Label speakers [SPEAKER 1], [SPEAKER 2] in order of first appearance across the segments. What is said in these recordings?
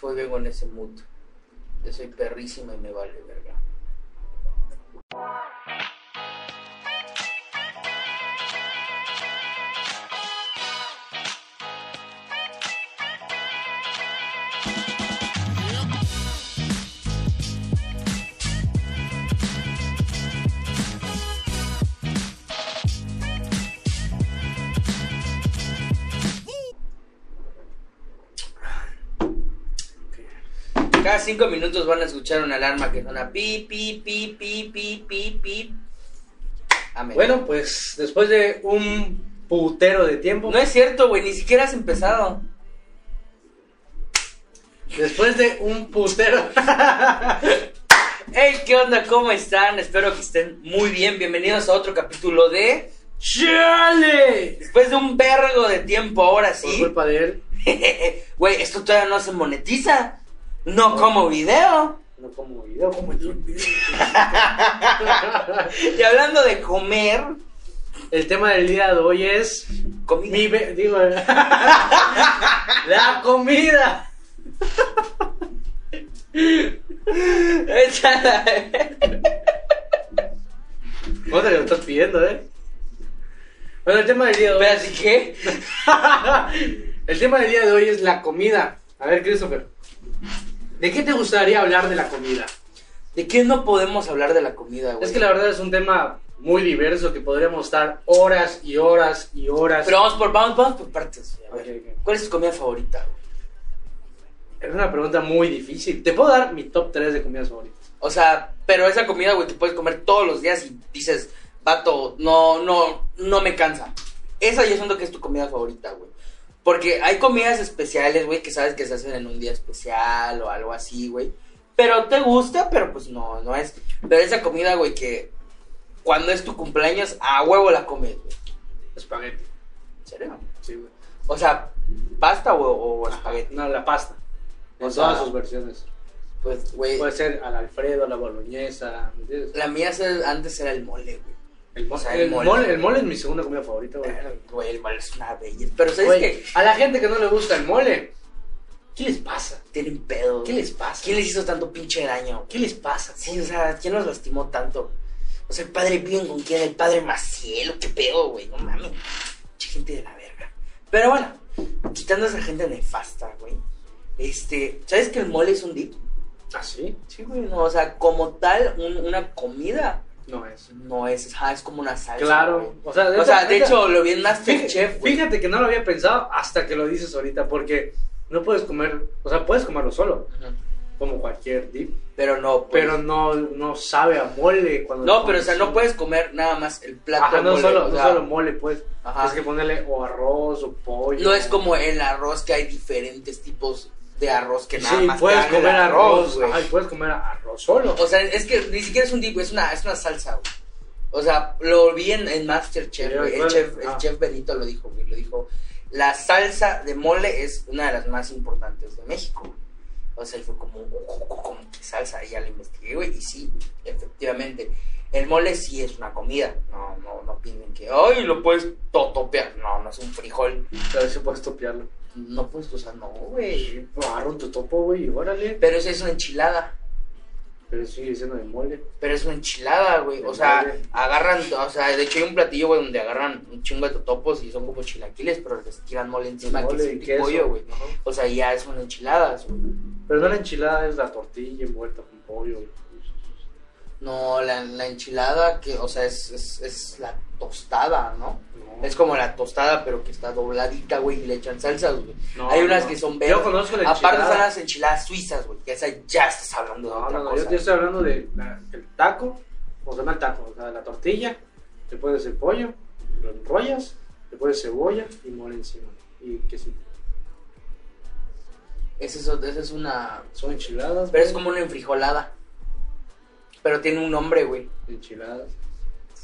[SPEAKER 1] juegue con ese mood. Yo soy perrísima y me vale, verga. Cada cinco minutos van a escuchar una alarma que suena pi, pi, pi, pi, pi, pi, pi. Amén.
[SPEAKER 2] Bueno, pues después de un putero de tiempo,
[SPEAKER 1] no es cierto, güey, ni siquiera has empezado.
[SPEAKER 2] después de un putero.
[SPEAKER 1] Hey, ¿qué onda? ¿Cómo están? Espero que estén muy bien. Bienvenidos a otro capítulo de.
[SPEAKER 2] ¡Chale!
[SPEAKER 1] Después de un vergo de tiempo, ahora
[SPEAKER 2] Por
[SPEAKER 1] sí.
[SPEAKER 2] culpa de él,
[SPEAKER 1] Güey, esto todavía no se monetiza. No como video.
[SPEAKER 2] no como video, como
[SPEAKER 1] Y hablando de comer,
[SPEAKER 2] El tema del día de hoy es
[SPEAKER 1] comida.
[SPEAKER 2] mi be- digo la comida.
[SPEAKER 1] Esa-
[SPEAKER 2] Otra que lo estás pidiendo, ¿eh? Bueno, el tema del día de hoy.
[SPEAKER 1] Pero, ¿Así que?
[SPEAKER 2] el tema del día de hoy es la comida. A ver, Christopher. ¿De qué te gustaría hablar de la comida?
[SPEAKER 1] ¿De qué no podemos hablar de la comida, güey?
[SPEAKER 2] Es que la verdad es un tema muy diverso que podríamos estar horas y horas y horas.
[SPEAKER 1] Pero vamos por, vamos, vamos por partes. güey. A ver,
[SPEAKER 2] Ok, ok.
[SPEAKER 1] ¿Cuál es tu comida favorita, güey?
[SPEAKER 2] Es una pregunta muy difícil. Te puedo dar mi top 3 de comidas favoritas.
[SPEAKER 1] O sea, pero esa comida, güey, que puedes comer todos los días y dices, vato, no, no, no me cansa. Esa yo siento que es tu comida favorita, güey. Porque hay comidas especiales, güey, que sabes que se hacen en un día especial o algo así, güey. Pero te gusta, pero pues no, no es. Pero esa comida, güey, que cuando es tu cumpleaños, a huevo la comes, güey.
[SPEAKER 2] Espagueti.
[SPEAKER 1] ¿En serio?
[SPEAKER 2] Sí, güey.
[SPEAKER 1] O sea, pasta o, o espagueti.
[SPEAKER 2] No, la pasta. En
[SPEAKER 1] O sea,
[SPEAKER 2] todas sus versiones.
[SPEAKER 1] Pues, güey,
[SPEAKER 2] Puede ser al Alfredo, a la boloñesa. ¿me entiendes?
[SPEAKER 1] la mía se- antes era el mole, güey.
[SPEAKER 2] El, mo-
[SPEAKER 1] o sea,
[SPEAKER 2] el
[SPEAKER 1] el
[SPEAKER 2] mole.
[SPEAKER 1] mole.
[SPEAKER 2] el mole es mi segunda comida favorita, güey.
[SPEAKER 1] Güey, el mole es una belleza. Pero ¿sabes
[SPEAKER 2] Pues. Güey,
[SPEAKER 1] qué?
[SPEAKER 2] A la gente que no le gusta el mole, ¿qué les pasa?
[SPEAKER 1] Tienen pedo.
[SPEAKER 2] ¿Qué les pasa?
[SPEAKER 1] ¿Quién les hizo tanto pinche daño?
[SPEAKER 2] ¿Qué les pasa?
[SPEAKER 1] Sí, o sea, ¿quién nos lastimó tanto? O sea, el padre Pío con quién, el padre Maciel, qué pedo, güey, no mames. Mucha gente de la verga. Pero bueno, quitando a esa gente nefasta, güey. Este, ¿sabes que el mole es un dip?
[SPEAKER 2] ¿Ah, sí?
[SPEAKER 1] Sí, güey, no, o sea, como tal, un- una comida
[SPEAKER 2] No es.
[SPEAKER 1] no es, ajá, es como una salsa.
[SPEAKER 2] Claro.
[SPEAKER 1] güey.
[SPEAKER 2] O sea,
[SPEAKER 1] O sea, de
[SPEAKER 2] neta,
[SPEAKER 1] hecho, lo vi en
[SPEAKER 2] fíjate,
[SPEAKER 1] Masterchef, güey.
[SPEAKER 2] fíjate que no lo había pensado hasta que lo dices ahorita, porque no puedes comer, o sea, puedes comerlo solo,
[SPEAKER 1] Ajá.
[SPEAKER 2] como cualquier dip,
[SPEAKER 1] Pero no, pues.
[SPEAKER 2] pero no, no sabe a mole cuando lo
[SPEAKER 1] No, pero o sea,
[SPEAKER 2] comes
[SPEAKER 1] no
[SPEAKER 2] solo.
[SPEAKER 1] puedes comer nada más el plato.
[SPEAKER 2] Ajá,
[SPEAKER 1] de
[SPEAKER 2] no,
[SPEAKER 1] mole,
[SPEAKER 2] solo,
[SPEAKER 1] o
[SPEAKER 2] no
[SPEAKER 1] sea,
[SPEAKER 2] solo mole, pues.
[SPEAKER 1] Ajá.
[SPEAKER 2] Es que ponerle o arroz o pollo.
[SPEAKER 1] No es como el arroz que hay diferentes tipos de arroz que nada
[SPEAKER 2] sí,
[SPEAKER 1] más. te
[SPEAKER 2] puedes
[SPEAKER 1] dan el
[SPEAKER 2] comer arroz,
[SPEAKER 1] güey.
[SPEAKER 2] Ay, puedes comer arroz solo.
[SPEAKER 1] O sea, es que ni siquiera es un tipo, es una, es una salsa, güey. O sea, lo vi en, en Masterchef,
[SPEAKER 2] Sí,
[SPEAKER 1] güey. El
[SPEAKER 2] bueno,
[SPEAKER 1] chef, el
[SPEAKER 2] ah.
[SPEAKER 1] chef Benito lo dijo, güey. Lo dijo, la salsa de mole es una de las más importantes de México, güey". O sea, y fue como, como que salsa, y ya la investigué, güey. Y sí, efectivamente. El mole sí es una comida. No, no, no piensen que, ay, lo puedes totopear. No, no es un frijol.
[SPEAKER 2] A ver si puedes topearlo.
[SPEAKER 1] No puedes, o sea, no, güey.
[SPEAKER 2] Agarra un totopo, güey, y órale.
[SPEAKER 1] Pero esa es una enchilada.
[SPEAKER 2] Pero sigue diciendo de mole.
[SPEAKER 1] Pero es una enchilada, güey. O sea,
[SPEAKER 2] Enchilada.
[SPEAKER 1] agarran, o sea, de hecho hay un platillo, güey, donde agarran un chingo de totopos y son como chilaquiles, pero les tiran mole encima,
[SPEAKER 2] mole
[SPEAKER 1] que
[SPEAKER 2] y
[SPEAKER 1] es el
[SPEAKER 2] queso.
[SPEAKER 1] pollo, güey.
[SPEAKER 2] Ajá.
[SPEAKER 1] O sea, ya son enchiladas, güey.
[SPEAKER 2] Pero no la enchilada es la tortilla envuelta con pollo. güey.
[SPEAKER 1] No, la, la enchilada, que, o sea, es, es, es la tostada, ¿no?
[SPEAKER 2] No.
[SPEAKER 1] Es como la tostada, pero que está dobladita, güey, y le echan salsas, güey.
[SPEAKER 2] No,
[SPEAKER 1] hay unas
[SPEAKER 2] no.
[SPEAKER 1] que son
[SPEAKER 2] Yo
[SPEAKER 1] verdes.
[SPEAKER 2] conozco la
[SPEAKER 1] Aparte
[SPEAKER 2] enchilada.
[SPEAKER 1] están las enchiladas suizas, güey. que esa ya estás hablando de
[SPEAKER 2] No,
[SPEAKER 1] otra
[SPEAKER 2] no, no,
[SPEAKER 1] cosa.
[SPEAKER 2] yo te estoy hablando del taco, o sea, no el taco, o sea, la tortilla, te pones el pollo, lo enrollas, te pones cebolla y mole encima. Y quesito.
[SPEAKER 1] Esa es o- esa es una...
[SPEAKER 2] Son enchiladas,
[SPEAKER 1] Pero es como una enfrijolada. Pero tiene un nombre, güey.
[SPEAKER 2] enchiladas.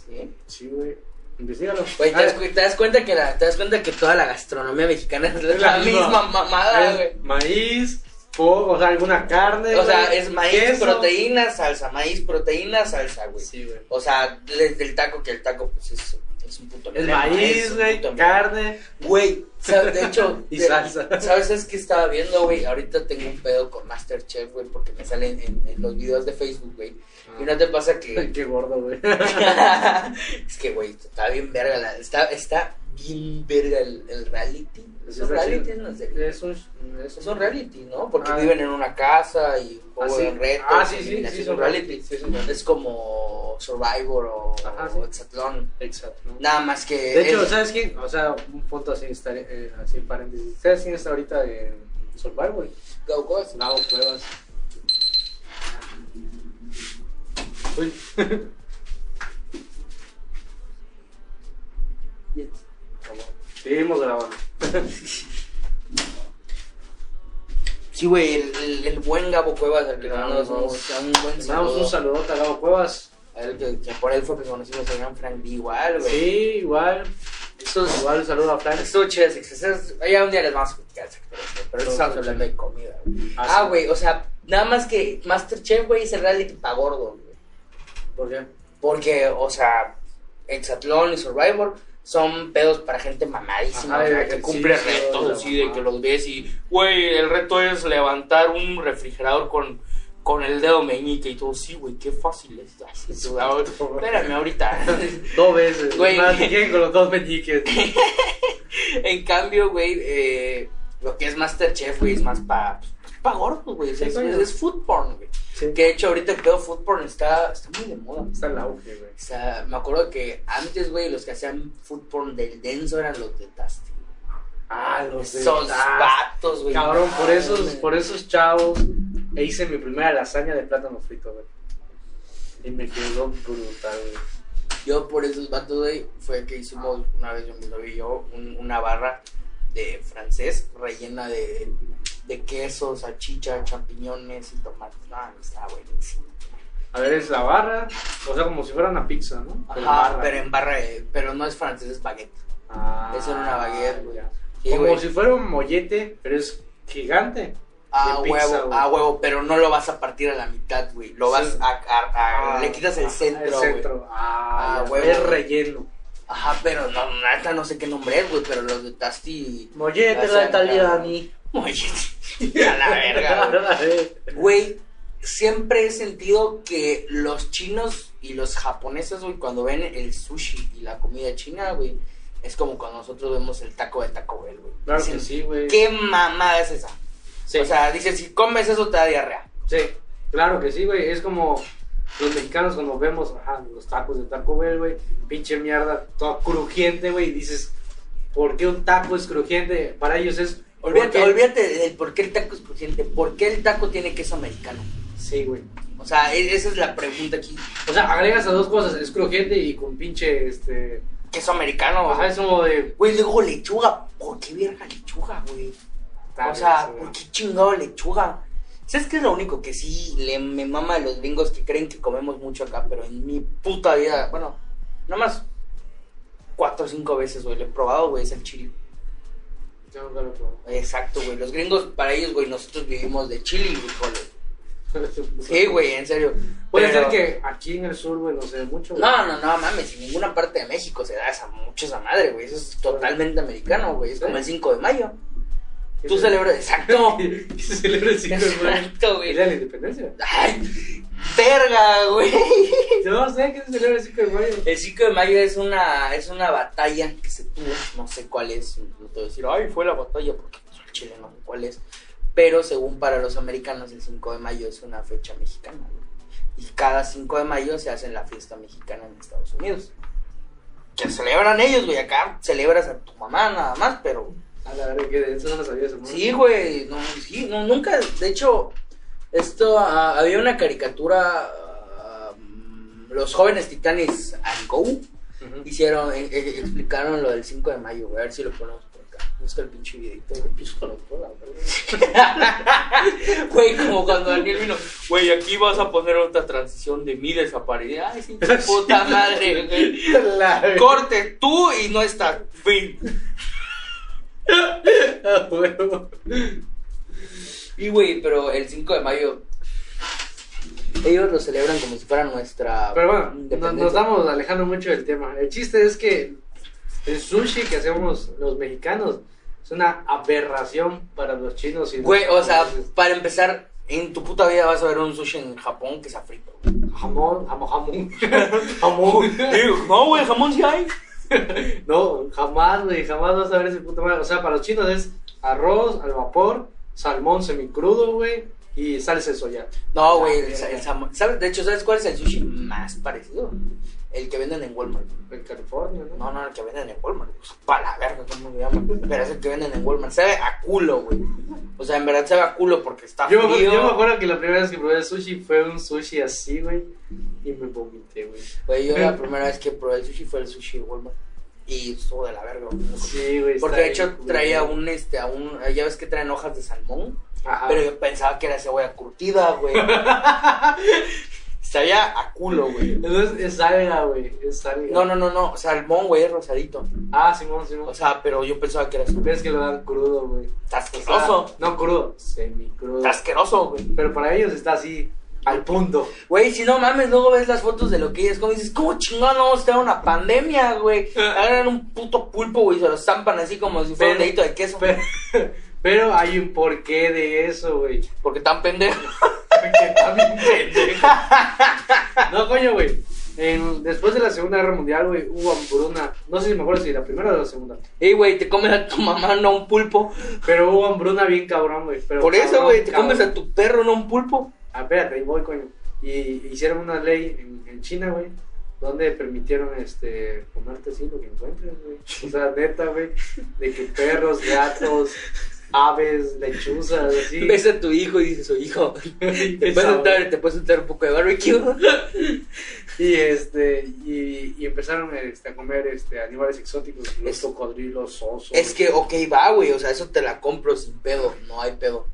[SPEAKER 1] Sí.
[SPEAKER 2] Sí, güey. Investígalo.
[SPEAKER 1] Güey,
[SPEAKER 2] Ah,
[SPEAKER 1] ¿te, das, cu- te das cuenta que la, te das cuenta que toda la gastronomía mexicana es la, misma, mamada,
[SPEAKER 2] es
[SPEAKER 1] güey.
[SPEAKER 2] Maíz, po- o sea, alguna carne.
[SPEAKER 1] O sea,
[SPEAKER 2] güey,
[SPEAKER 1] es maíz,
[SPEAKER 2] queso.
[SPEAKER 1] proteína, salsa, maíz, proteína, salsa, güey.
[SPEAKER 2] Sí, güey.
[SPEAKER 1] O sea, desde el taco, que el taco, pues es Es un puto
[SPEAKER 2] El
[SPEAKER 1] emblema, es
[SPEAKER 2] maíz,
[SPEAKER 1] un
[SPEAKER 2] güey,
[SPEAKER 1] puto emblema.
[SPEAKER 2] carne.
[SPEAKER 1] Güey, o sea, de hecho,
[SPEAKER 2] Y
[SPEAKER 1] de-
[SPEAKER 2] salsa.
[SPEAKER 1] ¿sabes? Es que estaba viendo, güey. Ahorita tengo un pedo con Masterchef, güey, porque me salen en, en los videos de Facebook, güey. Y no te pasa que.
[SPEAKER 2] Qué gordo, güey.
[SPEAKER 1] es que, güey, está bien verga. la- está, está bien verga el, el reality.
[SPEAKER 2] Sí,
[SPEAKER 1] Es un
[SPEAKER 2] está
[SPEAKER 1] reality,
[SPEAKER 2] chido.
[SPEAKER 1] es una serie.
[SPEAKER 2] Es un, es
[SPEAKER 1] Es
[SPEAKER 2] un
[SPEAKER 1] un reality, ¿no? Porque
[SPEAKER 2] Ah.
[SPEAKER 1] viven en una casa y
[SPEAKER 2] Ah,
[SPEAKER 1] juegan
[SPEAKER 2] sí.
[SPEAKER 1] retos.
[SPEAKER 2] Ah, sí, sí,
[SPEAKER 1] eliminaciones,
[SPEAKER 2] sí,
[SPEAKER 1] es
[SPEAKER 2] son
[SPEAKER 1] un reality.
[SPEAKER 2] reality, sí, son reality.
[SPEAKER 1] Es como Survivor o,
[SPEAKER 2] Ajá, sí.
[SPEAKER 1] o Hexatlón.
[SPEAKER 2] Exacto. ¿no?
[SPEAKER 1] Nada más que.
[SPEAKER 2] De hecho,
[SPEAKER 1] es-
[SPEAKER 2] ¿sabes qué? O sea, un punto así, estar- eh, así paréntesis. ¿Sabes quién está ahorita de Survivor?
[SPEAKER 1] Go Goats.
[SPEAKER 2] Gabo Cuevas. Uy. Seguimos grabando.
[SPEAKER 1] Sí, güey, el, el- el buen Gabo Cuevas, al que le mandamos un, un buen
[SPEAKER 2] Le damos
[SPEAKER 1] saludo.
[SPEAKER 2] un saludote a Gabo Cuevas.
[SPEAKER 1] A él, que, que por él fue que conocimos al gran Frank D. Igual, güey.
[SPEAKER 2] Sí, igual.
[SPEAKER 1] Estos,
[SPEAKER 2] Igual un saludo a Frank.
[SPEAKER 1] estos chidas excesos. Ya un día les vamos a platicar esa experiencia, pero ahorita estamos
[SPEAKER 2] Sí.
[SPEAKER 1] hablando de comida, güey.
[SPEAKER 2] Ah,
[SPEAKER 1] Ah,
[SPEAKER 2] sí.
[SPEAKER 1] güey, o sea, nada más que Masterchef, güey, es el reality pa' gordo, güey.
[SPEAKER 2] ¿Por qué?
[SPEAKER 1] Porque, o sea, Exatlón y Survivor son pedos para gente mamadísima,
[SPEAKER 2] Ajá,
[SPEAKER 1] o sea,
[SPEAKER 2] de
[SPEAKER 1] que
[SPEAKER 2] ejercicio,
[SPEAKER 1] cumple
[SPEAKER 2] de la
[SPEAKER 1] retos, así de
[SPEAKER 2] mamá.
[SPEAKER 1] que los ves y, güey, el reto es levantar un refrigerador con, con el dedo meñique y todo, sí, güey, qué fácil es. Así, tú, ah, espérame ahorita.
[SPEAKER 2] Dos veces.
[SPEAKER 1] Güey.
[SPEAKER 2] Más que con los dos meñiques.
[SPEAKER 1] en cambio, güey, eh, lo que es Masterchef, güey, es más para pa gordos, güey, o sea,
[SPEAKER 2] Sí,
[SPEAKER 1] es,
[SPEAKER 2] coño.
[SPEAKER 1] es food porn, güey.
[SPEAKER 2] Sí.
[SPEAKER 1] Que de hecho ahorita el pedo food porn está, está muy de moda.
[SPEAKER 2] Está el auge, güey.
[SPEAKER 1] O sea, me acuerdo que antes, güey, los que hacían food porn del denso eran los de Tasty.
[SPEAKER 2] Ah, los de.
[SPEAKER 1] Esos
[SPEAKER 2] Ah,
[SPEAKER 1] vatos, güey.
[SPEAKER 2] Cabrón, por esos,
[SPEAKER 1] Mames.
[SPEAKER 2] por esos chavos e hice mi primera lasaña de plátano frito, güey. Y me quedó brutal, güey.
[SPEAKER 1] Yo por esos vatos, güey, fue que hicimos una vez yo, mi novio y yo un- una barra de francés rellena de, de queso, salchicha, champiñones y tomates. No, no, estaba buenísimo.
[SPEAKER 2] A ver, es la barra, o sea, como si fuera una pizza, ¿no?
[SPEAKER 1] Ajá,
[SPEAKER 2] barra.
[SPEAKER 1] pero en barra, de- pero no es francés, es baguette.
[SPEAKER 2] Ah,
[SPEAKER 1] es en una baguette, güey.
[SPEAKER 2] ya.
[SPEAKER 1] Sí,
[SPEAKER 2] como
[SPEAKER 1] güey.
[SPEAKER 2] si fuera un mollete, pero es gigante.
[SPEAKER 1] Ah,
[SPEAKER 2] de pizza,
[SPEAKER 1] huevo,
[SPEAKER 2] güey.
[SPEAKER 1] ah, huevo, pero no lo vas a partir a la mitad, güey. Lo
[SPEAKER 2] Sí.
[SPEAKER 1] vas a, a- a-
[SPEAKER 2] Ah,
[SPEAKER 1] le quitas el
[SPEAKER 2] ah,
[SPEAKER 1] centro,
[SPEAKER 2] El
[SPEAKER 1] güey.
[SPEAKER 2] centro. Ah,
[SPEAKER 1] Ah,
[SPEAKER 2] ya,
[SPEAKER 1] huevo,
[SPEAKER 2] Es
[SPEAKER 1] güey.
[SPEAKER 2] relleno.
[SPEAKER 1] Ajá, pero no, neta, no sé qué nombre es, güey, pero los de Tasty.
[SPEAKER 2] Mollete,
[SPEAKER 1] Lasaña,
[SPEAKER 2] la italiani.
[SPEAKER 1] cabrón. Oye, a la verga, güey. Güey, siempre he sentido que los chinos y los japoneses, güey, cuando ven el sushi y la comida china, güey, es como cuando nosotros vemos el taco de Taco Bell, güey.
[SPEAKER 2] Claro que
[SPEAKER 1] Dicen,
[SPEAKER 2] sí, güey.
[SPEAKER 1] ¿Qué mamada es esa?
[SPEAKER 2] Sí.
[SPEAKER 1] O sea, dicen, si comes eso te da diarrea.
[SPEAKER 2] Sí, claro que sí, güey. Es como los mexicanos cuando vemos ajá, los tacos de Taco Bell, güey. Pinche mierda, todo crujiente, güey. Y dices, ¿por qué un taco es crujiente? Para ellos es.
[SPEAKER 1] Olvídate,
[SPEAKER 2] porque-
[SPEAKER 1] olvídate del por qué el taco es crujiente, por qué el taco tiene queso americano.
[SPEAKER 2] Sí, güey.
[SPEAKER 1] O sea, e- esa es la pregunta aquí.
[SPEAKER 2] O sea, agregas a dos cosas. Es crujiente y con pinche, este...
[SPEAKER 1] Queso americano,
[SPEAKER 2] Ajá,
[SPEAKER 1] güey.
[SPEAKER 2] es como de...
[SPEAKER 1] Güey, luego lechuga. ¿Por qué verga lechuga, güey? O sea, ¿por qué chingado lechuga? ¿Sabes qué es lo único que sí le, me mama a los gringos que creen que comemos mucho acá? Pero en mi puta vida, bueno, nomás cuatro o cinco veces, güey, lo he probado, güey, es el chile.
[SPEAKER 2] Yo nunca lo he probado.
[SPEAKER 1] Exacto, güey. Los gringos, para ellos, güey, nosotros vivimos de chile y frijoles. Sí, güey, en serio.
[SPEAKER 2] Puede
[SPEAKER 1] Pero-
[SPEAKER 2] ser que aquí en el sur, güey, no se ve mucho. güey.
[SPEAKER 1] No, no, no, mames, en ninguna parte de México se da esa, mucho esa madre, güey. Eso es totalmente americano, güey. Es como el 5 de mayo. Tú celebras, exacto.
[SPEAKER 2] Que se celebra el 5 de mayo.
[SPEAKER 1] Exacto,
[SPEAKER 2] ¿Es
[SPEAKER 1] güey.
[SPEAKER 2] la independencia?
[SPEAKER 1] Ay, verga, güey.
[SPEAKER 2] No sé qué se celebra el 5 de mayo.
[SPEAKER 1] El 5 de mayo es una, es una batalla que se tuvo, no sé cuál es, no te voy a decir, ay, fue la batalla, porque pues, el chile no sé cuál es, pero según para los americanos el 5 de mayo es una fecha mexicana, güey. y cada 5 de mayo se hace la fiesta mexicana en Estados Unidos, que celebran ellos, güey, acá celebras a tu mamá nada más, pero
[SPEAKER 2] A la verdad que de eso no lo sabía ese
[SPEAKER 1] sí, güey, no, sí, no, nunca, de hecho, esto, ah, había una caricatura, ah, los jóvenes titanes and go,
[SPEAKER 2] Ujú.
[SPEAKER 1] Hicieron, eh, eh, explicaron lo del 5 de mayo, güey. A ver si lo ponemos por acá. Busca el pinche videito. güey. Güey, como cuando Daniel vino, güey, aquí vas a poner otra transición de mi desaparecida. Ay, sí, tu puta madre, güey.
[SPEAKER 2] La verga.
[SPEAKER 1] Corte tú y no está. Fin.
[SPEAKER 2] A huevo.
[SPEAKER 1] Y, güey, pero el 5 de mayo ellos lo celebran como si fuera nuestra.
[SPEAKER 2] Pero bueno, nos,
[SPEAKER 1] independencia.
[SPEAKER 2] nos estamos alejando mucho del tema. El chiste es que el sushi que hacemos los mexicanos es una aberración para los chinos. Y los
[SPEAKER 1] Güey, o sea,
[SPEAKER 2] japoneses.
[SPEAKER 1] para empezar, en tu puta vida vas a ver un sushi en Japón que sea frito.
[SPEAKER 2] Jamón, jamón, jamón. jamón.
[SPEAKER 1] no, güey, jamón sí hay.
[SPEAKER 2] No, jamás, güey, jamás vas a ver ese puto madre. O sea, para los chinos es arroz al vapor, salmón semicrudo, güey, y salsa de soya.
[SPEAKER 1] No, güey, el, sa- el samo- ¿sabes? De hecho, ¿sabes cuál es el sushi más parecido? El que venden en Walmart.
[SPEAKER 2] En California, ¿no?
[SPEAKER 1] No, no, el que venden en Walmart. Pues, pa' la verga, ¿cómo se llama? Pero es el que venden en Walmart. Sabe a culo, güey. O sea, en verdad sabe a culo porque está
[SPEAKER 2] Yo, me acuerdo-
[SPEAKER 1] frío.
[SPEAKER 2] yo me acuerdo que la primera vez que probé sushi fue un sushi así, güey, y me vomité, güey.
[SPEAKER 1] Güey, yo la primera vez que probé el sushi fue el sushi de Walmart. Y estuvo de la verga, güey.
[SPEAKER 2] Sí, güey.
[SPEAKER 1] Porque de
[SPEAKER 2] está
[SPEAKER 1] hecho
[SPEAKER 2] bien, güey.
[SPEAKER 1] traía un, este, a un, ya ves que traen hojas de salmón.
[SPEAKER 2] Ajá.
[SPEAKER 1] Pero yo pensaba que era cebolla curtida, güey. Sabía a culo, güey.
[SPEAKER 2] Entonces es salga, güey, es salga.
[SPEAKER 1] No, no, no, no. Salmón, güey, es rosadito.
[SPEAKER 2] Ah, Simón, Simón.
[SPEAKER 1] O sea, pero yo pensaba que era salmón.
[SPEAKER 2] Ves que lo dan crudo, güey.
[SPEAKER 1] Está
[SPEAKER 2] O sea,
[SPEAKER 1] asqueroso.
[SPEAKER 2] no crudo, semicrudo.
[SPEAKER 1] Está asqueroso, güey.
[SPEAKER 2] Pero para ellos está así, al punto.
[SPEAKER 1] Güey, si no mames, luego ves las fotos de lo que ellos comen y dices, ¿cómo chingón no vamos a tener una pandemia, güey? Agarran un puto pulpo, güey, y se lo zampan así como si fuera un
[SPEAKER 2] Pero-
[SPEAKER 1] dedito de queso.
[SPEAKER 2] Pero, pero hay un porqué de eso, güey.
[SPEAKER 1] Porque tan pendejo.
[SPEAKER 2] Porque está bien pendejo. No, coño, güey. En- después de la Segunda Guerra Mundial, güey, hubo hambruna. No sé si me acuerdo si la primera o la segunda.
[SPEAKER 1] Ey, güey, te comes a tu mamá, no a un pulpo.
[SPEAKER 2] Pero hubo hambruna bien cabrón, güey. pero
[SPEAKER 1] Por eso,
[SPEAKER 2] cabrón,
[SPEAKER 1] güey, te
[SPEAKER 2] cabrón.
[SPEAKER 1] comes a tu perro, no a un pulpo.
[SPEAKER 2] Ah, espérate, ahí voy, coño. Y hicieron una ley en, en China, güey, donde permitieron este comerte así lo que encuentres, güey. O sea, neta, güey, de que perros, gatos, aves, lechuzas, así.
[SPEAKER 1] Ves a tu hijo y dices, oh, hijo,
[SPEAKER 2] Y
[SPEAKER 1] te puedes
[SPEAKER 2] sabor.
[SPEAKER 1] untar, te puedes untar un poco de barbecue.
[SPEAKER 2] Y este y, y empezaron este, a comer este animales exóticos, los
[SPEAKER 1] Es-
[SPEAKER 2] cocodrilos, osos.
[SPEAKER 1] Es que, ok, va, güey, o sea, eso te la compro sin pedo, no hay pedo.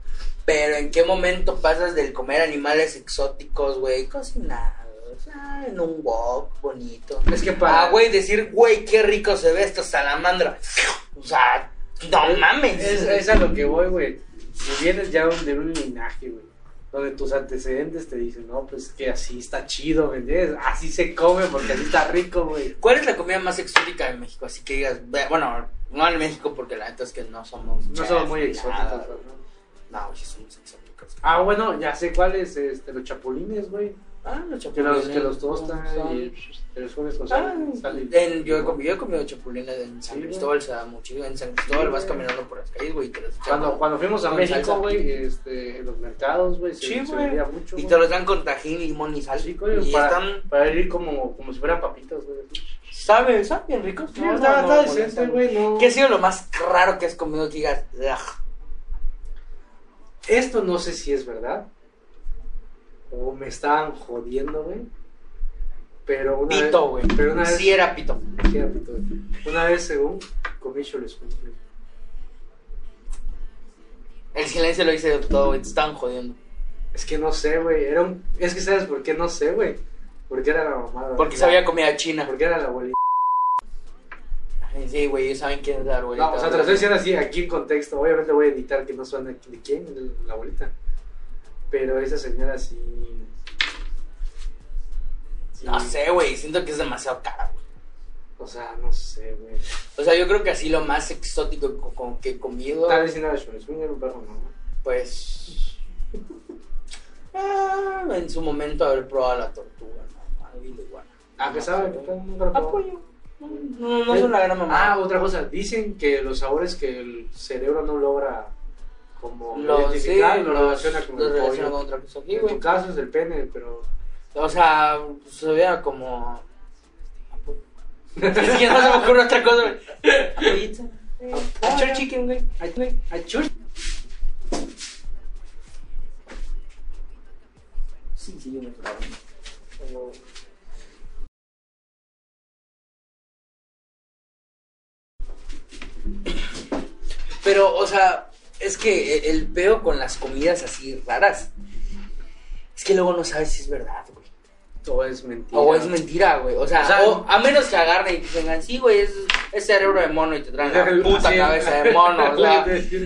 [SPEAKER 1] Pero ¿en qué momento pasas del comer animales exóticos, güey, cocinados, ah, en un wok bonito?
[SPEAKER 2] Es que para-
[SPEAKER 1] Ah, güey, decir, güey, qué rico se ve esta salamandra. O sea, no mames.
[SPEAKER 2] Es, es a lo que voy, güey. Si vienes ya de un- de un linaje, güey, donde tus antecedentes te dicen, no, pues que así está chido, ¿me entiendes? Así se come porque así está rico, güey.
[SPEAKER 1] ¿Cuál es la comida más exótica de México? Así que digas, ve- bueno, no en México porque la neta es que no somos...
[SPEAKER 2] No
[SPEAKER 1] chefs
[SPEAKER 2] somos muy
[SPEAKER 1] ni
[SPEAKER 2] exóticos,
[SPEAKER 1] nada.
[SPEAKER 2] ¿verdad?
[SPEAKER 1] No, güey, somos exóticos.
[SPEAKER 2] Ah, bueno, ya sé cuáles, este, los chapulines, güey.
[SPEAKER 1] Ah, los
[SPEAKER 2] Que los,
[SPEAKER 1] chapulines.
[SPEAKER 2] que los tostan y te los comes con
[SPEAKER 1] Ah,
[SPEAKER 2] sal. sal y-
[SPEAKER 1] en, yo, he comido, yo he comido chapulines en San
[SPEAKER 2] Sí, güey.
[SPEAKER 1] Cristóbal, se da mucho. En San Cristóbal vas caminando por las calles, güey, y te los echan
[SPEAKER 2] Cuando,
[SPEAKER 1] con-
[SPEAKER 2] cuando fuimos a
[SPEAKER 1] con salsa.
[SPEAKER 2] México, güey, este, en los mercados, güey, se,
[SPEAKER 1] Sí,
[SPEAKER 2] se
[SPEAKER 1] güey.
[SPEAKER 2] vendía mucho.
[SPEAKER 1] Y
[SPEAKER 2] güey.
[SPEAKER 1] te los dan con tajín, limón y sal.
[SPEAKER 2] Sí, coño,
[SPEAKER 1] y
[SPEAKER 2] para,
[SPEAKER 1] están.
[SPEAKER 2] para ir como, como si fueran papitas, güey.
[SPEAKER 1] ¿Sabe? ¿Saben bien ricos?
[SPEAKER 2] Sí,
[SPEAKER 1] No,
[SPEAKER 2] está-
[SPEAKER 1] no,
[SPEAKER 2] está
[SPEAKER 1] no,
[SPEAKER 2] decente,
[SPEAKER 1] molestan.
[SPEAKER 2] güey, no.
[SPEAKER 1] ¿Qué ha sido lo más raro que has comido que digas? "Ugh"?
[SPEAKER 2] Esto no sé si es verdad. O me estaban jodiendo, güey. Pero una
[SPEAKER 1] Pito,
[SPEAKER 2] vez.
[SPEAKER 1] güey.
[SPEAKER 2] Pero una vez.
[SPEAKER 1] Sí, era pito.
[SPEAKER 2] sí era pito, güey. Una vez, según, comí cholezuelos, güey.
[SPEAKER 1] El silencio lo dice todo, güey. Te estaban jodiendo.
[SPEAKER 2] Es que no sé, güey. Era un. Es que sabes por qué no sé, güey. Porque era la mamada.
[SPEAKER 1] Porque
[SPEAKER 2] güey.
[SPEAKER 1] sabía comida china.
[SPEAKER 2] Porque era la abuelita.
[SPEAKER 1] Ay, Sí, güey, ellos saben quién es la abuelita.
[SPEAKER 2] No, pues, o sea, te lo estoy diciendo así, aquí en contexto. Obviamente voy a editar que no suena de quién, de la abuelita. Pero esa señora sí. sí,
[SPEAKER 1] No sé, güey. Siento que es demasiado cara, güey.
[SPEAKER 2] O sea, no sé, güey.
[SPEAKER 1] O sea, yo creo que así lo más exótico co- con que he comido.
[SPEAKER 2] Tal vez sin nada, es "Ah, un perro, ¿no?
[SPEAKER 1] Pues. ah, en su momento haber probado la tortuga, ¿no? Algo de iguana.
[SPEAKER 2] A pesar de Ah, que
[SPEAKER 1] Apoyo.
[SPEAKER 2] nunca lo probó.
[SPEAKER 1] Apoyo. No, no es una gran mamá.
[SPEAKER 2] Ah, otra cosa. Dicen que los sabores que el cerebro no logra como
[SPEAKER 1] lo, sí,
[SPEAKER 2] identificar lo
[SPEAKER 1] lo-
[SPEAKER 2] relaciona con
[SPEAKER 1] lo
[SPEAKER 2] el
[SPEAKER 1] relaciona con
[SPEAKER 2] pollo.
[SPEAKER 1] otra cosa. Sí,
[SPEAKER 2] En
[SPEAKER 1] güey.
[SPEAKER 2] tu caso es el pene, pero.
[SPEAKER 1] O sea, se veía como.
[SPEAKER 2] Ah, pues.
[SPEAKER 1] Es que no se me ocurre otra cosa, güey. Apoyito.
[SPEAKER 2] Apoyo.
[SPEAKER 1] Achor chicken, güey.
[SPEAKER 2] Achur.
[SPEAKER 1] Sí, sí, yo me acuerdo. Pero, o sea, es que e- el peo con las comidas así raras es que luego no sabes si es verdad, güey.
[SPEAKER 2] Todo es mentira.
[SPEAKER 1] O es mentira, güey. O sea,
[SPEAKER 2] O sea,
[SPEAKER 1] o- a menos que agarren y te digan, sí, güey, es, es cerebro de mono y te traen la puta
[SPEAKER 2] Sí.
[SPEAKER 1] cabeza de mono. O sea,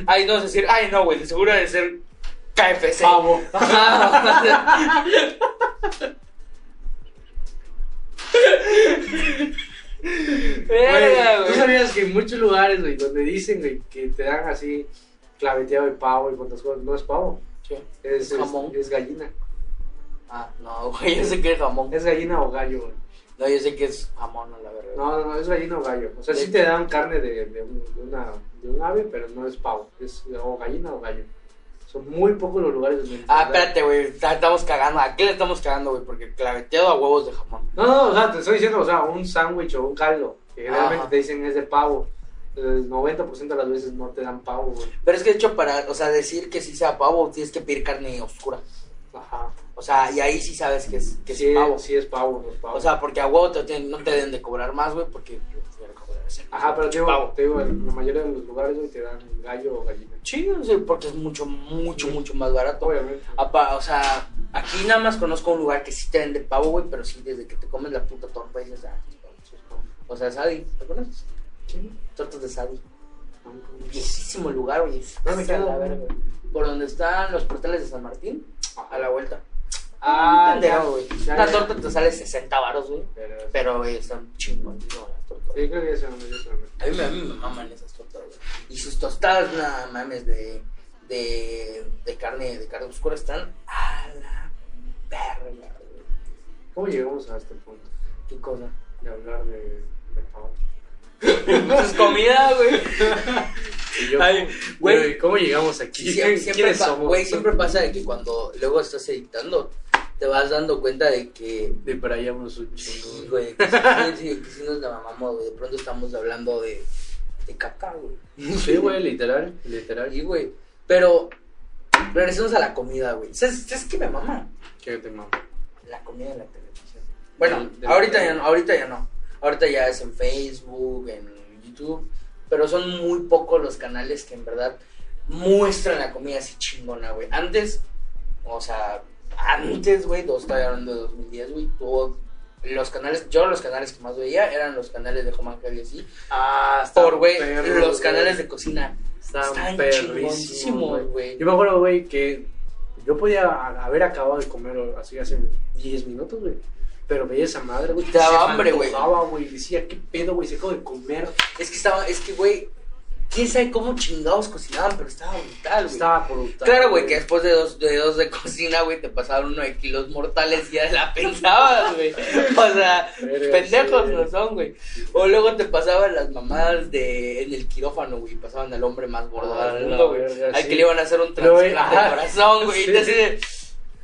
[SPEAKER 1] Ah, ahí no es
[SPEAKER 2] Ah,
[SPEAKER 1] decir, ay, no, güey, de seguro ha de ser KFC.
[SPEAKER 2] Pavo.
[SPEAKER 1] Ajá, o sea, Verga,
[SPEAKER 2] Güey, Tú
[SPEAKER 1] güey.
[SPEAKER 2] sabías que en muchos lugares, güey, donde dicen, güey, que te dan así claveteado de pavo y cuantas cosas, no es pavo,
[SPEAKER 1] ¿Qué?
[SPEAKER 2] es, es,
[SPEAKER 1] Jamón.
[SPEAKER 2] es gallina.
[SPEAKER 1] Ah, no, güey, yo sé que es jamón.
[SPEAKER 2] Es gallina o gallo, güey.
[SPEAKER 1] No, yo sé que es jamón, a la verdad.
[SPEAKER 2] No, no, no, es gallina o gallo. O sea, sí te dan carne de, de un, de una, de un ave, pero no es pavo. Es o gallina o gallo. Son muy pocos los lugares donde.
[SPEAKER 1] Ah, espérate, güey, está- estamos cagando. ¿A qué le estamos cagando, güey? Porque claveteado a huevos de jamón.
[SPEAKER 2] No, no, o sea, te estoy diciendo, o sea, un sándwich o un caldo. Que generalmente
[SPEAKER 1] Ajá.
[SPEAKER 2] te dicen es de pavo. El 90% de las veces no te dan pavo, güey.
[SPEAKER 1] Pero es que, de hecho, para, o sea, decir que sí sea pavo, tienes que pedir carne oscura.
[SPEAKER 2] Ajá.
[SPEAKER 1] O sea, y ahí sí sabes que es, que
[SPEAKER 2] sí,
[SPEAKER 1] es pavo.
[SPEAKER 2] Sí, es pavo, no es pavo.
[SPEAKER 1] O sea, porque a huevo te tienen- no te deben de cobrar más, güey, porque... pues, ya lo acabo de hacer.
[SPEAKER 2] Ajá, pero te digo,
[SPEAKER 1] Pavo.
[SPEAKER 2] te digo, en la mayoría de los lugares güey, te dan gallo o gallina.
[SPEAKER 1] Sí, o sea, porque es mucho, mucho, mucho más barato.
[SPEAKER 2] Obviamente.
[SPEAKER 1] Apa, o sea, aquí nada más conozco un lugar que sí te vende pavo, güey, pero sí, desde que te comes la puta torta dices, ah, sí, pavo.
[SPEAKER 2] Sí, es pavo.
[SPEAKER 1] o sea, Sadi, ¿te conoces?
[SPEAKER 2] Sí.
[SPEAKER 1] Tortas de Sadi.
[SPEAKER 2] No, no,
[SPEAKER 1] Viejísimo lugar, oye.
[SPEAKER 2] ¿Dónde
[SPEAKER 1] Está
[SPEAKER 2] queda?
[SPEAKER 1] la verga. Por donde están los portales de San Martín,
[SPEAKER 2] no.
[SPEAKER 1] a la vuelta.
[SPEAKER 2] Ah,
[SPEAKER 1] Un pendejo,
[SPEAKER 2] ya,
[SPEAKER 1] güey.
[SPEAKER 2] ya,
[SPEAKER 1] Una
[SPEAKER 2] ya.
[SPEAKER 1] torta te sale 60 varos, güey.
[SPEAKER 2] Pero,
[SPEAKER 1] Pero, güey, están chingonísimas las tortas.
[SPEAKER 2] Sí, creo que ya se me ya se me-
[SPEAKER 1] A mí, me- a mí me maman esas tortas, güey. Y sus tostadas, nada mames, de, de, de carne, de carne oscura están a la verga, güey.
[SPEAKER 2] ¿Cómo llegamos a este punto?
[SPEAKER 1] ¿Qué cosa?
[SPEAKER 2] De hablar de, de pavo.
[SPEAKER 1] Pues comida, güey.
[SPEAKER 2] Y yo,
[SPEAKER 1] Ay, güey.
[SPEAKER 2] güey, ¿cómo llegamos aquí?
[SPEAKER 1] Sie- Siempre,
[SPEAKER 2] ¿Quiénes
[SPEAKER 1] pa-
[SPEAKER 2] somos?
[SPEAKER 1] güey, siempre pasa de que cuando luego estás editando, te vas dando cuenta de que
[SPEAKER 2] De para allá unos un
[SPEAKER 1] Sí,
[SPEAKER 2] chingo.
[SPEAKER 1] güey. que sí, sí, que sí nos la mamamos, güey. De pronto estamos hablando de, de caca, güey.
[SPEAKER 2] Sí, güey, literal, literal.
[SPEAKER 1] Sí, güey. Pero regresemos a la comida, güey. ¿Sabes, ¿Sabes qué me mama?
[SPEAKER 2] ¿Qué te mamo?
[SPEAKER 1] La comida de la televisión. Bueno,
[SPEAKER 2] Del- del-
[SPEAKER 1] ahorita ya no, ahorita ya no. Ahorita ya es en Facebook, en YouTube. Pero son muy pocos los canales que en verdad muestran la comida así chingona, güey. Antes, o sea, antes, güey, dos- estoy hablando de 2010, güey, todo- Los canales, yo los canales que más veía eran los canales de Home and Heavy así.
[SPEAKER 2] Ah,
[SPEAKER 1] Por, güey, los canales de cocina.
[SPEAKER 2] Están
[SPEAKER 1] Están
[SPEAKER 2] perrísimos,
[SPEAKER 1] chingoncísimos, güey.
[SPEAKER 2] Yo me acuerdo, güey, que yo podía a- haber acabado de comer así hace 10 minutos, güey. Pero veía esa madre, güey.
[SPEAKER 1] Te
[SPEAKER 2] que
[SPEAKER 1] daba
[SPEAKER 2] se
[SPEAKER 1] hambre,
[SPEAKER 2] me
[SPEAKER 1] güey.
[SPEAKER 2] antojaba, güey. Decía, ¿qué pedo, güey? Se acabo de comer.
[SPEAKER 1] Es que estaba, es que, güey, quién sabe cómo chingados cocinaban, pero estaba brutal, güey.
[SPEAKER 2] Estaba por brutal.
[SPEAKER 1] Claro, güey, que después de dos, de dos de cocina, güey, te pasaron uno de kilos mortales y ya la pensabas, güey. O sea,
[SPEAKER 2] Verga,
[SPEAKER 1] pendejos
[SPEAKER 2] sí.
[SPEAKER 1] no son, güey. O luego te pasaban las mamadas de en el quirófano, güey, pasaban al hombre más gordo
[SPEAKER 2] Ah,
[SPEAKER 1] del
[SPEAKER 2] la
[SPEAKER 1] mundo, güey.
[SPEAKER 2] verga,
[SPEAKER 1] Al
[SPEAKER 2] sí.
[SPEAKER 1] que le iban a hacer un
[SPEAKER 2] Lo ve-
[SPEAKER 1] trasplante de
[SPEAKER 2] ajá.
[SPEAKER 1] corazón, güey.
[SPEAKER 2] Sí,
[SPEAKER 1] y te
[SPEAKER 2] sí.
[SPEAKER 1] así de,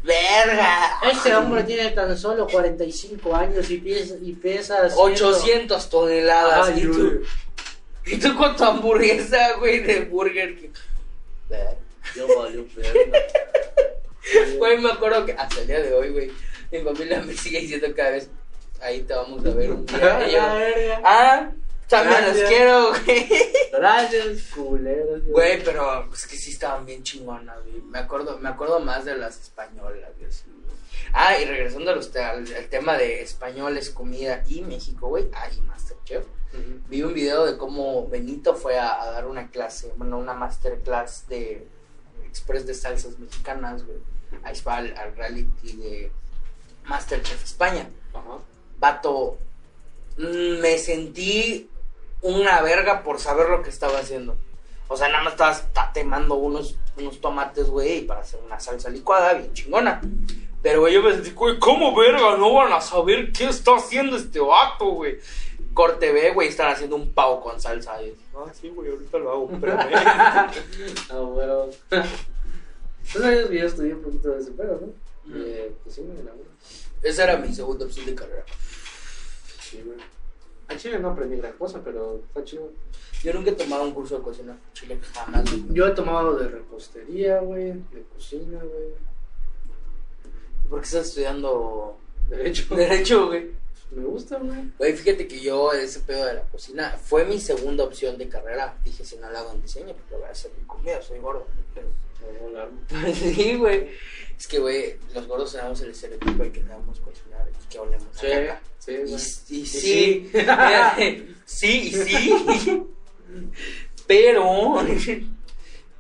[SPEAKER 1] verga.
[SPEAKER 3] Este hombre tiene tan solo 45 años y pesa, y pesa
[SPEAKER 1] 800 toneladas.
[SPEAKER 2] Ay,
[SPEAKER 1] y,
[SPEAKER 2] güey.
[SPEAKER 1] tú, y tú con tu hamburguesa, güey, de Burger King. Verga.
[SPEAKER 3] Yo valió verga.
[SPEAKER 1] Güey, me acuerdo que hasta el día de hoy, güey, mi familia me sigue diciendo cada vez, ahí te vamos a ver un día. Y yo, ah, también los
[SPEAKER 2] Gracias.
[SPEAKER 1] quiero, güey.
[SPEAKER 2] Gracias, culeros.
[SPEAKER 1] Güey, pero es que sí estaban bien chingonas, güey. Me acuerdo, me acuerdo más de las españolas, güey. así, güey. Ah, y regresando a los te- al, al tema de españoles, comida y México, güey. Ah, y Masterchef.
[SPEAKER 2] Ujú.
[SPEAKER 1] Vi un video de cómo Benito fue a, a dar una clase, bueno, una masterclass de Express de salsas mexicanas, güey. Ahí va al, al reality de Masterchef España.
[SPEAKER 2] Ajá.
[SPEAKER 1] Vato, mm, me sentí una verga por saber lo que estaba haciendo. O sea, nada más estaba tatemando unos, unos tomates, güey, para hacer una salsa licuada bien chingona. Pero, güey, yo me sentí, güey, ¿cómo verga no van a saber qué está haciendo este vato, güey? Corte B, güey, están haciendo un pavo con salsa. Y, ah, sí, güey, ahorita lo hago, espérame.
[SPEAKER 2] Ah, bueno. Tú sabías que yo estudié un poquito de ese pedo, ¿no?
[SPEAKER 1] Mm.
[SPEAKER 2] Eh, pues sí, me la verdad.
[SPEAKER 1] Esa era mi segunda opción de carrera.
[SPEAKER 2] Sí, güey. Al chile no aprendí gran cosa, pero está chido.
[SPEAKER 1] Yo nunca he tomado un curso de cocina chile, jamás. güey.
[SPEAKER 2] Yo he tomado de repostería, güey, de cocina, güey.
[SPEAKER 1] ¿Por qué estás estudiando
[SPEAKER 2] De hecho,
[SPEAKER 1] Derecho, güey?
[SPEAKER 2] me gusta, güey.
[SPEAKER 1] Güey, fíjate que yo ese pedo de la cocina fue mi segunda opción de carrera. Dije, si no la hago en diseño, pues lo voy a hacer en comida, soy gordo. Pero- pues,
[SPEAKER 2] Me voy a hablar.
[SPEAKER 1] sí, güey. Es que, güey, los gordos tenemos el estereotipo de que sabemos cocinar y que hablemos
[SPEAKER 2] Sí, sí,
[SPEAKER 1] Y,
[SPEAKER 2] güey.
[SPEAKER 1] y sí,
[SPEAKER 2] sí.
[SPEAKER 1] fíjate, sí, y sí. Pero,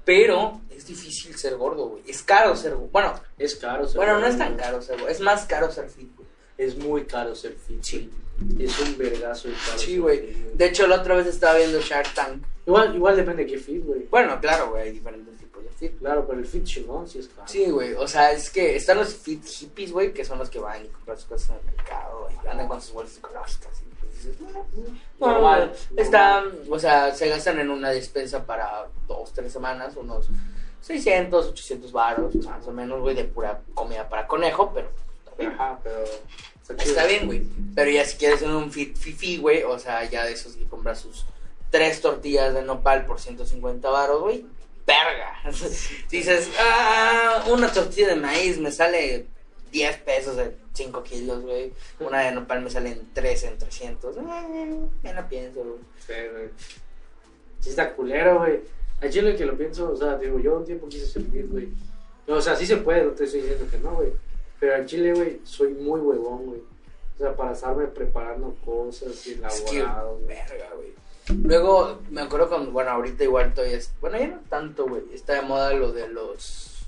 [SPEAKER 1] pero, es es difícil ser gordo, güey. Es caro ser gordo. Bueno,
[SPEAKER 2] Es caro. ser
[SPEAKER 1] bueno, no
[SPEAKER 2] gordo,
[SPEAKER 1] es tan
[SPEAKER 2] güey.
[SPEAKER 1] caro ser gordo. Es más caro ser fit, güey.
[SPEAKER 2] Es muy caro ser fit.
[SPEAKER 1] Sí.
[SPEAKER 2] güey. Es un vergazo el caro.
[SPEAKER 1] Sí,
[SPEAKER 2] ser
[SPEAKER 1] güey.
[SPEAKER 2] fit,
[SPEAKER 1] De hecho, la otra vez estaba viendo Shark Tank.
[SPEAKER 2] Igual, igual depende de qué fit, güey.
[SPEAKER 1] Bueno, claro, güey, hay diferentes tipos de fit.
[SPEAKER 2] Claro, pero el fit chingón sí es caro.
[SPEAKER 1] Sí, güey. O sea, es que están los fit hippies, güey, que son los que van y compran sus cosas en el mercado y andan con sus bolsas ecológicas. Y pues dices, "Bueno, normal.
[SPEAKER 2] Normal,
[SPEAKER 1] Está, o sea, se gastan en una despensa para dos, tres semanas, unos 600, 800 baros, más o menos, güey, de pura comida para conejo, pero está bien.
[SPEAKER 2] Ajá, pero.
[SPEAKER 1] Está bien, güey. Pero ya si quieres un fit fifi, güey, o sea, ya de esos que compras sus tres tortillas de nopal por 150 baros, güey, verga. Dices, ah, una tortilla de maíz me sale 10 pesos de 5 kilos, güey. Una de nopal me sale en 3, en 300. Ah, ya no pienso, güey.
[SPEAKER 2] Sí, güey. eh, Sí está culero, güey. Al chile que lo pienso, o sea, digo, yo un tiempo quise ser fit, güey. No, o sea, sí se puede, no te estoy diciendo que no, güey. Pero al chile, güey, soy muy huevón, güey. O sea, para estarme preparando cosas y
[SPEAKER 1] Es que,
[SPEAKER 2] elaborados, güey.
[SPEAKER 1] verga, güey. Luego, me acuerdo cuando, bueno, ahorita igual todavía es, bueno, ya no tanto, güey, está de moda lo de los,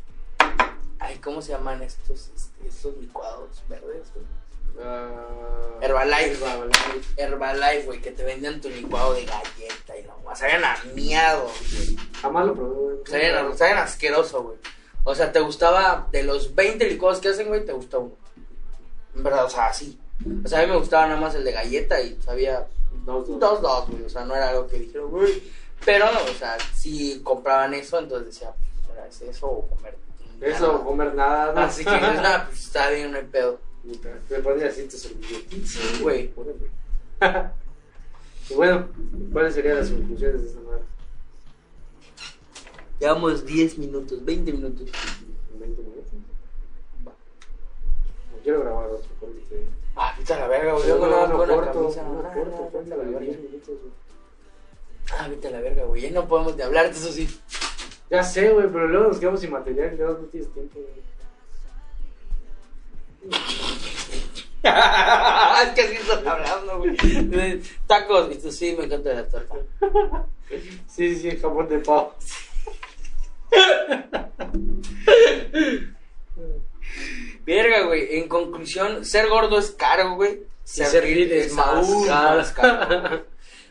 [SPEAKER 1] ay, ¿cómo se llaman estos, este, estos licuados verdes, güey?
[SPEAKER 2] Ah,
[SPEAKER 1] Herbalife.
[SPEAKER 2] Herbalife.
[SPEAKER 1] Herbalife, güey, que te venden tu licuado de galleta y la mamá, sabían a miado, güey,
[SPEAKER 2] Jamás lo probé, güey.
[SPEAKER 1] sabían, a- sabían asqueroso, güey. O sea, te gustaba, de los 20 licuados que hacen, güey, te gusta uno. En verdad, o sea, así. O sea, a mí me gustaba nada más el de galleta y sabía
[SPEAKER 2] Dos, dos.
[SPEAKER 1] Dos, dos, güey. O sea, no era algo que dijeron, güey. Pero, o sea, si compraban eso, entonces decía, "Mira, ¿es eso o comer?
[SPEAKER 2] Eso,
[SPEAKER 1] nada?".
[SPEAKER 2] comer nada, ¿no?
[SPEAKER 1] Así que dices, nada, pues está bien, no hay pedo.
[SPEAKER 2] Me ponía así tu servilletín.
[SPEAKER 1] Sí, güey.
[SPEAKER 2] Y bueno, ¿cuáles serían las conclusiones de esta madre?
[SPEAKER 1] Llevamos 10 minutos, 20 minutos.
[SPEAKER 2] ¿En 20 minutos?
[SPEAKER 1] Va.
[SPEAKER 2] No quiero grabar otro corte.
[SPEAKER 1] Ah, pita la verga, güey.
[SPEAKER 2] Pero
[SPEAKER 1] Luego
[SPEAKER 2] no,
[SPEAKER 1] no,
[SPEAKER 2] no,
[SPEAKER 1] con la
[SPEAKER 2] corto,
[SPEAKER 1] camisa.
[SPEAKER 2] no,
[SPEAKER 1] Ah,
[SPEAKER 2] corto,
[SPEAKER 1] no,
[SPEAKER 2] corta
[SPEAKER 1] vete a
[SPEAKER 2] la
[SPEAKER 1] la
[SPEAKER 2] de 10
[SPEAKER 1] verga.
[SPEAKER 2] minutos, güey.
[SPEAKER 1] Ah, vete a la verga, güey. Ya no podemos ni hablar de eso, sí.
[SPEAKER 2] Ya sé, güey, pero luego nos quedamos sin material y luego no tienes tiempo, güey.
[SPEAKER 1] es que así estás hablando, güey. Tacos, y tú sí, me encanta la torta.
[SPEAKER 2] Sí, sí, el jamón de pavo.
[SPEAKER 1] Verga, güey. En conclusión, ser gordo es caro, güey.
[SPEAKER 2] Y ser fit es más
[SPEAKER 1] aún
[SPEAKER 2] caro.
[SPEAKER 1] más caro, güey.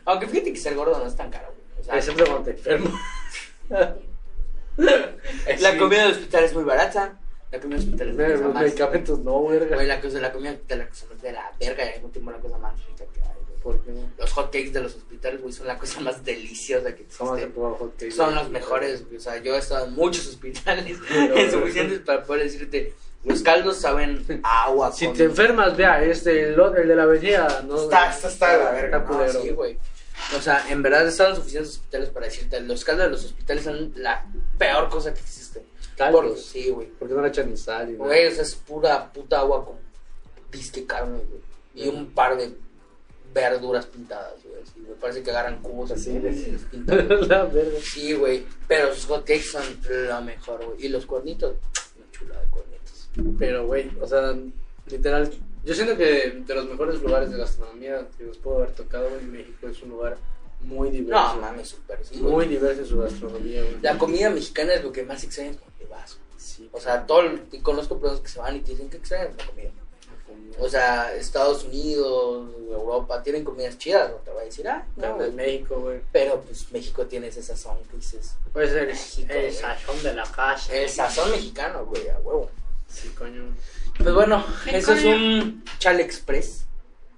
[SPEAKER 1] Aunque fíjate que ser gordo no es tan caro, güey. O sea,
[SPEAKER 2] Excepto cuando te enfermo.
[SPEAKER 1] la comida del hospital es muy barata. La comida del hospital es la cosa
[SPEAKER 2] Los
[SPEAKER 1] más.
[SPEAKER 2] medicamentos no, verga.
[SPEAKER 1] Güey, la, cosa, la comida del hospital es la cosa más de la verga y al mismo tiempo la cosa más rica que hay, güey.
[SPEAKER 2] ¿Por qué no?
[SPEAKER 1] Los hotcakes de los hospitales, güey, son la cosa más deliciosa que
[SPEAKER 2] Jamás he
[SPEAKER 1] existe.
[SPEAKER 2] probado hot cakes,
[SPEAKER 1] Son
[SPEAKER 2] güey.
[SPEAKER 1] los mejores, güey. O sea, yo he estado en muchos hospitales
[SPEAKER 2] Pero-
[SPEAKER 1] suficientes para poder decirte, los caldos saben a agua.
[SPEAKER 2] Si
[SPEAKER 1] con-
[SPEAKER 2] te enfermas, vea, este, el, otro- el de la avenida, no.
[SPEAKER 1] Está, está, está de la verga.
[SPEAKER 2] Está
[SPEAKER 1] ¿no?
[SPEAKER 2] culero.
[SPEAKER 1] Sí, güey. O sea, en verdad estaban suficientes hospitales para decirte, los caldos de los hospitales son la peor cosa que existe.
[SPEAKER 2] Caldos.
[SPEAKER 1] Por- sí, güey.
[SPEAKER 2] Porque no le echan ni sal ni nada.
[SPEAKER 1] Güey, o sea, es pura puta agua con disque carne, güey. Y un par de verduras pintadas, güey. así, güey. parece que agarran cubos así.
[SPEAKER 2] Así,
[SPEAKER 1] güey, y
[SPEAKER 2] de-
[SPEAKER 1] los pintan, güey.
[SPEAKER 2] la verga.
[SPEAKER 1] Sí, güey. Pero sus hotcakes son lo mejor, güey. Y los cuernitos, una chula de cuernitos.
[SPEAKER 2] Pero, güey, o sea, literal. Yo siento que de los mejores lugares de gastronomía que nos pudo haber tocado, güey, México es un lugar muy diverso.
[SPEAKER 1] No, mames, súper, sí,
[SPEAKER 2] muy
[SPEAKER 1] güey.
[SPEAKER 2] diverso en su gastronomía, güey.
[SPEAKER 1] La comida mexicana es lo que más extraña es cuando te vas, güey.
[SPEAKER 2] Sí,
[SPEAKER 1] O sea, todo, el- y conozco personas que se van y te dicen que extrañan la comida. O sea, Estados Unidos, Europa, tienen comidas chidas, no te voy a decir, ah, no,
[SPEAKER 2] Pero en
[SPEAKER 1] güey.
[SPEAKER 2] México, güey.
[SPEAKER 1] Pero pues México tiene ese sazón que dices,
[SPEAKER 2] Pues el,
[SPEAKER 1] México,
[SPEAKER 2] el
[SPEAKER 1] güey.
[SPEAKER 2] sazón de la casa.
[SPEAKER 1] el sazón mexicano, güey, a huevo.
[SPEAKER 2] Sí, coño.
[SPEAKER 1] Pues bueno,
[SPEAKER 3] Qué
[SPEAKER 1] eso es
[SPEAKER 3] coño.
[SPEAKER 1] un Chal Express,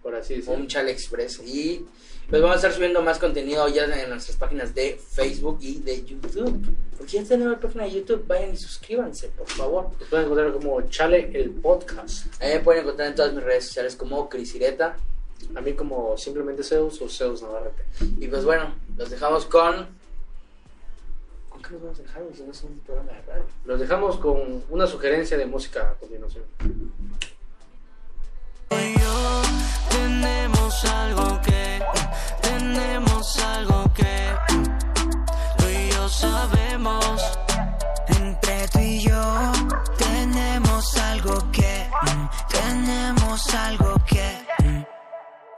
[SPEAKER 2] Por así
[SPEAKER 1] un
[SPEAKER 2] decirlo.
[SPEAKER 1] Chal Express. Y pues vamos a estar subiendo más contenido ya en nuestras páginas de Facebook y de YouTube. Porque ya tenemos página de YouTube, vayan y suscríbanse, por favor.
[SPEAKER 2] Nos pueden encontrar como Chale el Podcast.
[SPEAKER 1] Ahí me pueden encontrar en todas mis redes sociales como Crisireta.
[SPEAKER 2] A mí como simplemente Zeus o Zeus Navarrete.
[SPEAKER 1] Y pues bueno, los dejamos con. ¿Con qué los vamos a dejar? güey? Si no es un programa de radio.
[SPEAKER 2] Los dejamos con una sugerencia de música a continuación.
[SPEAKER 4] yo tenemos algo que, tenemos algo que tú y yo sabemos. Entre tú y yo tenemos algo que, tenemos algo que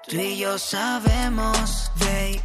[SPEAKER 4] tú y yo sabemos, baby.